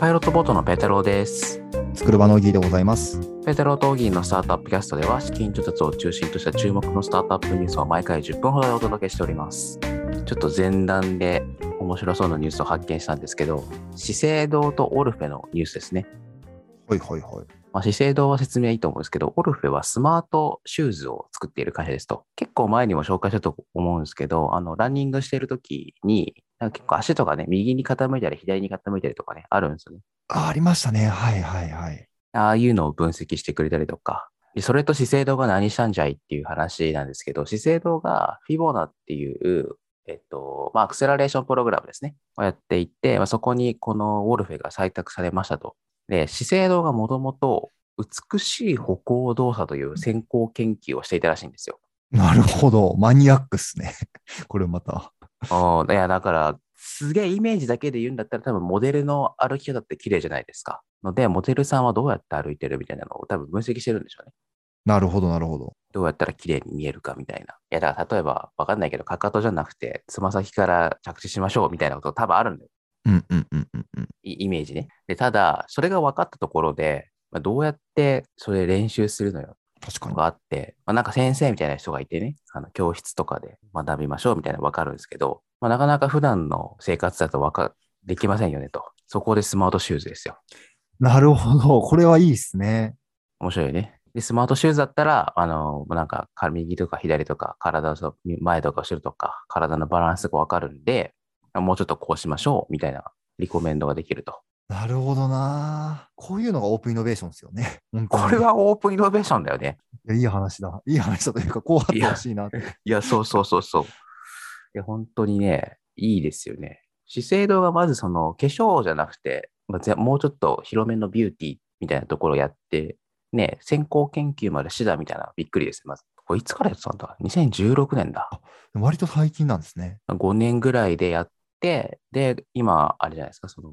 ロットボートのペテロです。作る場のギーでございます。ペテロとオギーのスタートアップキャストでは、資金調達を中心とした注目のスタートアップニュースを毎回10分ほどでお届けしております。ちょっと前段で面白そうなニュースを発見したんですけど、資生堂とオルフェのニュースですね。はいはいはい。まあ、資生堂は説明いいと思うんですけど、オルフェはスマートシューズを作っている会社ですと。結構前にも紹介したと思うんですけど、あの、ランニングしてる時に、なんか結構足とかね、右に傾いたり左に傾いたりとかね、あるんですよね。あ、ありましたね。はいはいはい。ああいうのを分析してくれたりとか、でそれと資生堂が何したんじゃいっていう話なんですけど、資生堂がフィボナっていう、えっと、まあ、アクセラレーションプログラムですね、をやっていて、まあ、そこにこのウォルフェが採択されましたと。で、資生堂がもともと美しい歩行動作という先行研究をしていたらしいんですよ。なるほど。マニアックっすね。 これまた。あーいや、だから、すげえイメージだけで言うんだったら、多分モデルの歩き方って綺麗じゃないですか。ので、モデルさんはどうやって歩いてるみたいなのを多分分析してるんでしょうね。なるほどなるほど。どうやったら綺麗に見えるかみたいな。いや、だから例えば、わかんないけど、かかとじゃなくて、つま先から着地しましょうみたいなこと多分あるんだよ。うんうんうんうんうん。いイメージね。で、ただ、それが分かったところで、まあ、どうやってそれ練習するのよ確かとに。かあって、まあ、なんか先生みたいな人がいてね、あの教室とかで学びましょうみたいなの分かるんですけど、まあ、なかなか普段の生活だとわか、できませんよねと。そこでスマートシューズですよ。なるほど。これはいいっすね。面白いよね。で、スマートシューズだったら、あの、もうなんか、か右とか左とか、体のそう前とか後ろとか、体のバランスがわかるんで、もうちょっとこうしましょう、みたいなリコメンドができると。なるほどな。こういうのがオープンイノベーションですよね。本当にこれはオープンイノベーションだよね。いやいい話だ。いい話だというか、こうあってほしいなって。いや、そうそうそうそう。いや、本当にね、いいですよね。資生堂がまずその、化粧じゃなくて、まあぜもうちょっと広めのビューティーみたいなところをやって、ね、先行研究までしてたみたいな、びっくりです。まず、これいつからやってたんだ ?2016 年だ。割と最近なんですね。 5年ぐらいでやって、で、今、あれじゃないですか、その、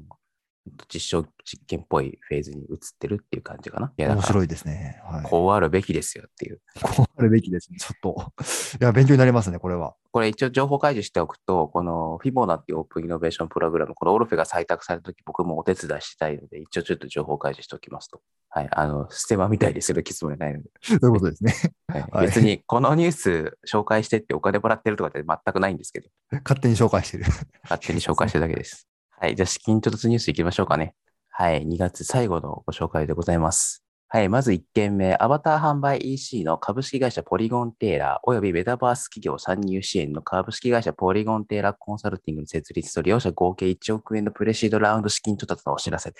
実証実験っぽいフェーズに移ってるっていう感じかな。いや、だ面から、白いですね。はい、ここうあるべきですよっていう。うあるべきですね。ちょっと。いや、勉強になりますね、これは。これ一応情報開示しておくと、このフィボナっていうオープンイノベーションプログラム、これオルフェが採択されたとき、僕もお手伝いしたいので、一応ちょっと情報開示しておきますと。はい。あの、ステマみたいにする気つもりはないので、そういうことですね。はいはい別にこのニュース紹介してってお金もらってるとかって全くないんですけど、勝手に紹介してる。勝手に紹介してるだけです。はい。じゃあ、資金調達ニュースいきましょうかね。はい。2月最後のご紹介でございます。はい。まず1件目、アバター販売 EC の株式会社ポリゴンテーラー、およびメタバース企業参入支援の株式会社ポリゴンテーラーコンサルティングの設立と利用者合計1億円のプレシードラウンド資金調達のお知らせ。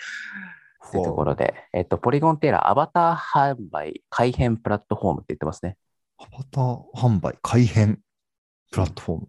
というところで、えっと、ポリゴンテーラー、アバター販売改変プラットフォームって言ってますね。アバター販売、改変、プラットフォーム。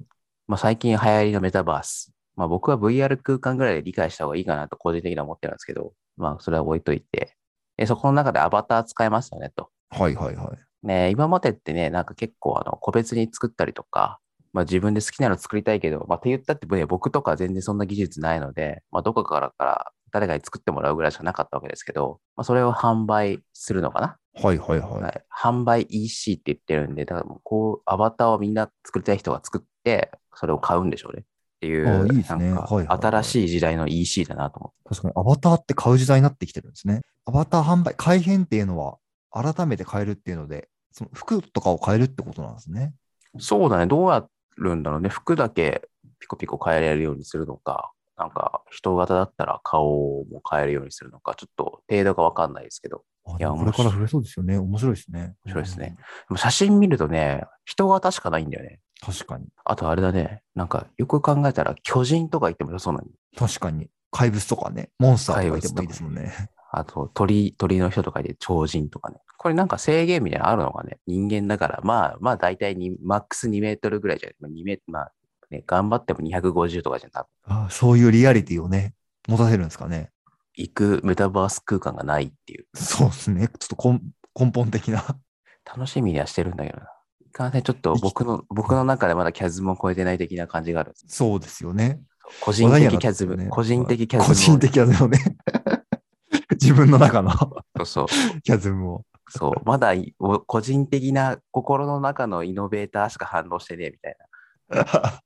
まあ、最近流行りのメタバース。まあ、僕は VR 空間ぐらいで理解した方がいいかなと個人的には思ってるんですけど、まあ、それは置いといて。えそこの中でアバター使えますよねと。はいはいはい。ね、今までってね、なんか結構あの個別に作ったりとか、まあ、自分で好きなの作りたいけど、まあ、って言ったって、ね、僕とか全然そんな技術ないので、まあ、どこかからから誰かに作ってもらうぐらいしかなかったわけですけど、まあ、それを販売するのかなはいはいは。はいい、販売 EC って言ってるんで、だからもうこう、アバターをみんな作りたい人が作って、それを買うんでしょうね。っていあう、いいですねなんかはいはいはい新しい時代の EC だなと思確かにアバターって買う時代になってきてるんですね。アバター販売、改変っていうのは、改めて買えるっていうので、その服とかを買えるってことなんですね。って。そうだね、どうやるんだろうね。服だけピコピコ変えられるようにするのか、なんか人型だったら顔も変えるようにするのか、ちょっと程度がわかんないですけど、あいやでもこれから増えそうですよね。面白いですね。面白いですねでも写真見るとね、人型しかないんだよね。うん。確かに。あとあれだね、なんかよく考えたら巨人とか言っても良さそうなのに。確かに。怪物とかね、モンスターとかいてもいいですもんね。あと、鳥、鳥の人とかで超人とかね。これなんか制限みたいなのあるのかね。人間だから、まあ、まあ大体に、マックス2メートルぐらいじゃない。2メートル、まあ、ね、頑張っても250とかじゃなく、 あそういうリアリティをね、持たせるんですかね。行くメタバース空間がないっていう。そうですね。ちょっと根根本的な。楽しみにはしてるんだけどな。いかんせんちょっと僕の、僕の中でまだキャズムを超えてない的な感じがあるんです。そうですよね。個人話題には的なキャズってるム、ね個人的キャズムを。個人的やズムをね。 自分の中の そうそう。キャズムを。 そう。まだい、お個人的な心の中のイノベーターしか反応してねえみたいな。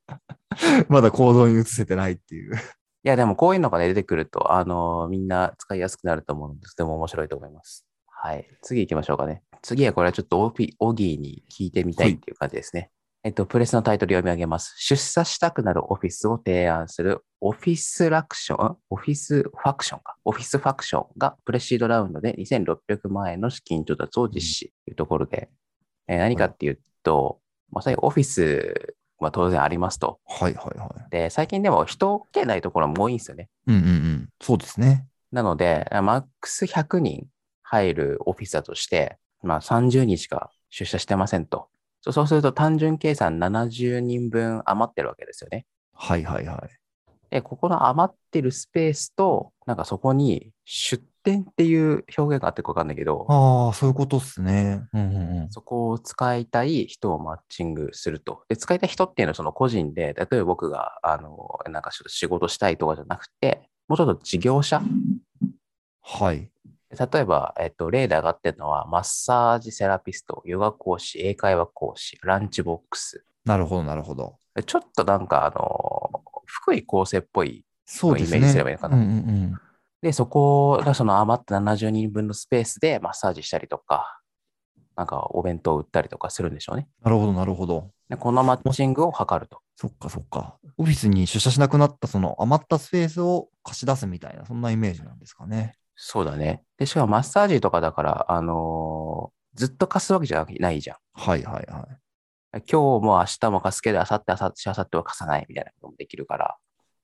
まだ行動に移せてないっていう。いいや、でもこういうのが、ね、出てくると、あのーみんな使いやすくなると思うので、とても面白いと思います。はい。次行きましょうかね。次はこれはちょっとオピオギーに聞いてみたいっていう感じですね。えっと、プレスのタイトル読み上げます。出社したくなるオフィスを提案するオフィスラクション、んオフィスファクションか。オフィスファクションがプレシードラウンドで2600万円の資金調達を実施というところで、えー何かっていうと、まあ、最後オフィスは当然ありますと。はいはいはい。で、最近でも人来てないところも多いんですよね。うんうんうん。そうですね。なので、あマックス100人入るオフィスだとして、まあ、30人しか出社してませんと。そうそうすると単純計算70人分余ってるわけですよね。はいはいはい。で、ここの余ってるスペースと、なんかそこに出店っていう表現があってるかわかんないけど、ああ、そういうことっすね。うんうんうん。そこを使いたい人をマッチングすると。で、使いたい人っていうのはその個人で、例えば僕が、あの、なんかちょっと仕事したいとかじゃなくて、もうちょっと事業者はい。例えば、えっと、例で上がってるのは、マッサージセラピスト、ヨガ講師、英会話講師、ランチボックス。なるほどなるほど。ちょっとなんか、あの、福井厚生っぽい。そうですね。イメージすればいいのかなうんうんうん。で、そこがその余った70人分のスペースでマッサージしたりとか、なんかお弁当を売ったりとかするんでしょうね。なるほどなるほど。でこのマッチングを図ると。そっかそっか。オフィスに出社しなくなったその余ったスペースを貸し出すみたいな、そんなイメージなんですかね。そうだね。で、しかもマッサージとかだから、あのーずっと貸すわけじゃないじゃん。はいはいはい。今日も明日も貸すけど、明後日、明後日、明後日は貸さないみたいなこともできるから、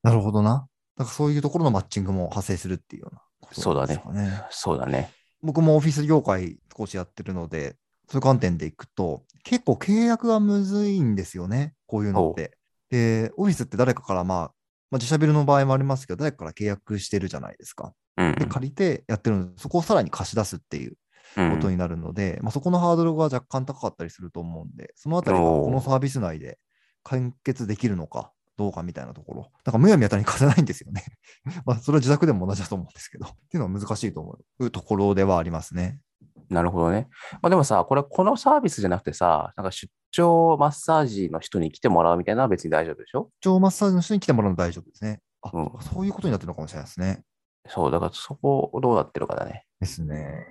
なるほどな。だからそういうところのマッチングも発生するっていうようなことなんですかね。そうだね。僕もオフィス業界少しやってるので、そういう観点でいくと、結構契約がむずいんですよね、こういうのって。で、オフィスって誰かから、まあ、まあ、自社ビルの場合もありますけど、誰かから契約してるじゃないですか。うんうん、で、借りてやってるので、そこをさらに貸し出すっていううんことになるので、まあ、そこのハードルが若干高かったりすると思うんで、そのあたりがおーこのサービス内で完結できるのかどうかみたいなところ、なんかむやみやたらに貸せないんですよね。 まあそれは自宅でも同じだと思うんですけど、っていうのは難しいと思うところではありますね。なるほどね。まあ、でもさ、これ、このサービスじゃなくてさ、なんか出張マッサージの人に来てもらうみたいなのは別に大丈夫でしょ一応マッサージの人に来てもらうの大丈夫ですね。あ、うんそういうことになってるのかもしれないですね。そう、だからそこどうなってるかだね。ですね。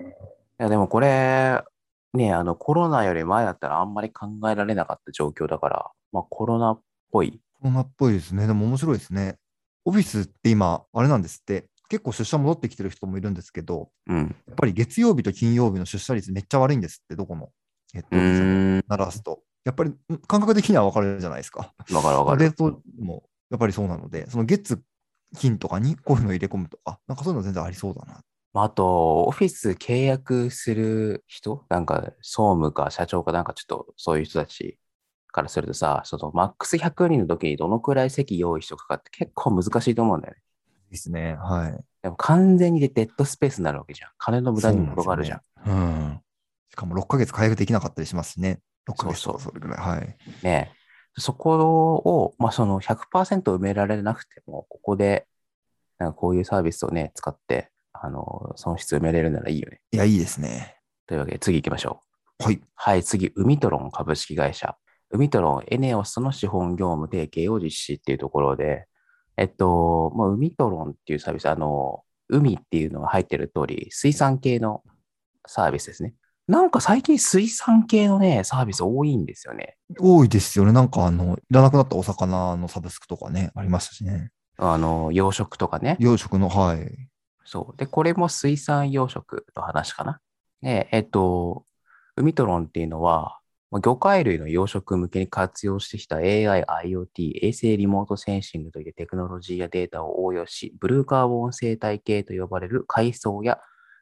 いや、でもこれ、ね、あの、コロナより前だったらあんまり考えられなかった状況だから、まあコロナっぽい。コロナっぽいですね。でも面白いですね。オフィスって今、あれなんですって、結構出社戻ってきてる人もいるんですけど、うん。やっぱり月曜日と金曜日の出社率めっちゃ悪いんですって、どこのヘッドうオフィスもーん。鳴らすと。やっぱりん感覚的には分かるじゃないですか。わかるわかる。冷凍もやっぱりそうなので、その月、金とかにこういうのを入れ込むとか、なんかそういうの全然ありそうだな。まあ、あと、オフィス契約する人、なんか総務か社長かなんかちょっとそういう人たちからするとさ、そのマックス100人の時にどのくらい席用意しとくかって結構難しいと思うんだよね。ですね。はい。でも完全にデッドスペースになるわけじゃん。金の無駄にも転がるじゃん。そうなんですよね。うん。しかも6ヶ月解約できなかったりしますしね。6ヶ月そとうかそれぐらい。はい。ねえそこを、まあ、その100%埋められなくても、ここで、なんかこういうサービスをね、使って、あの、損失埋めれるならいいよね。いや、いいですね。というわけで、次行きましょう。はい。はい、次、ウミトロン株式会社。ウミトロン、エネオスの資本業務提携を実施っていうところで、えっと、まあ、ウミトロンっていうサービス、あの、海っていうのが入ってる通り、水産系のサービスですね。なんか最近水産系のね、サービス多いんですよね。多いですよね。なんかあの、いらなくなったお魚のサブスクとかね、ありましたしね。あの、養殖とかね。養殖の、はい。そう。で、これも水産養殖の話かな。で、えっと、海トロンっていうのは、まあ魚介類の養殖向けに活用してきた AI、IoT、衛星リモートセンシングといったテクノロジーやデータを応用し、ブルーカーボン生態系と呼ばれる海藻や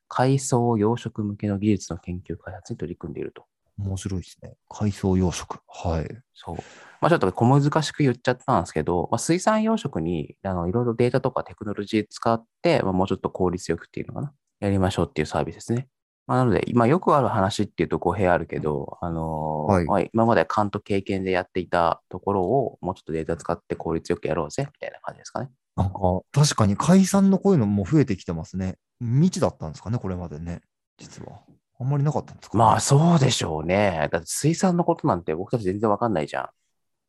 海藻養殖向けの技術の研究開発に取り組んでいると。面白いですね。海藻養殖。はい。そう。まあちょっと小難しく言っちゃったんですけど、まあ、水産養殖にあのいろいろデータとかテクノロジー使って、まあ、もうちょっと効率よくっていうのかな。やりましょうっていうサービスですね。まあ、なので、今よくある話っていうと語弊あるけど、あのーはいまあ今まで勘と経験でやっていたところをもうちょっとデータ使って効率よくやろうぜみたいな感じですかね。なんか、確かに海産のこういうのも増えてきてますね。未知だったんですかね、これまでね。実は。あんまりなかったんですか、まあそうでしょうね。だって水産のことなんて僕たち全然わかんないじゃん。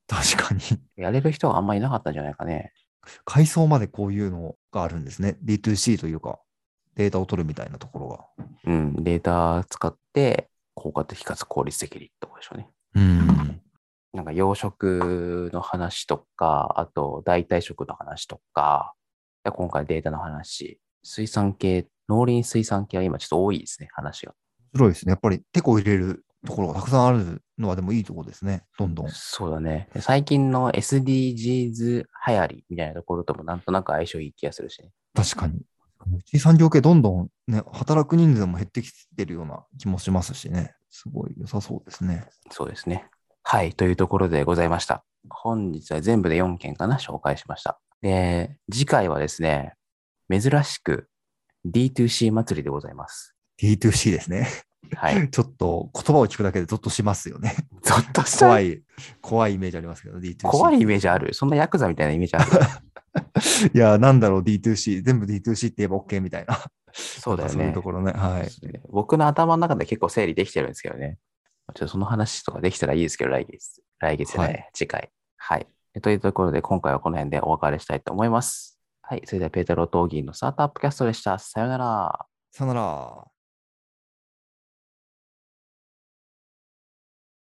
確かに。やれる人があんまりいなかったんじゃないかね。階層までこういうのがあるんですね。D2C というか、データを取るみたいなところが。うん、データ使って効果的かつ効率的にってことでしょうね。うん。なんか養殖の話とか、あと代替食の話とか、いや今回データの話、水産系、農林水産系は今ちょっと多いですね、話が。面白いですね。やっぱり、テコ入れるところがたくさんあるのはでもいいところですね。どんどん。そうだね。で最近の SDGs 流行りみたいなところともなんとなく相性いい気がするしね。確かに。地産業系どんどんね、働く人数も減ってきてるような気もしますしね。すごい良さそうですね。そうですね。はい、というところでございました。本日は全部で4件かな、紹介しました。で、次回はですね、珍しく D2C 祭りでございます。 D2C ですね。はい。ちょっと言葉を聞くだけでゾッとしますよね。 ゾッとした。怖い、怖いイメージありますけど、D2C。怖いイメージあるそんなヤクザみたいなイメージあ るいや、なんだろう、D2C。全部 D2C って言えば OK みたいな。そうだよそういうねと。ころね。はい。僕の頭の中で結構整理できてるんですけどね。ちょっとその話とかできたらいいですけど、来月。来月じゃないはい次回。はい。というところで、今回はこの辺でお別れしたいと思います。はい。それでは、ペータロー・トーギーのスタートアップキャストでした。さようなら。さよなら。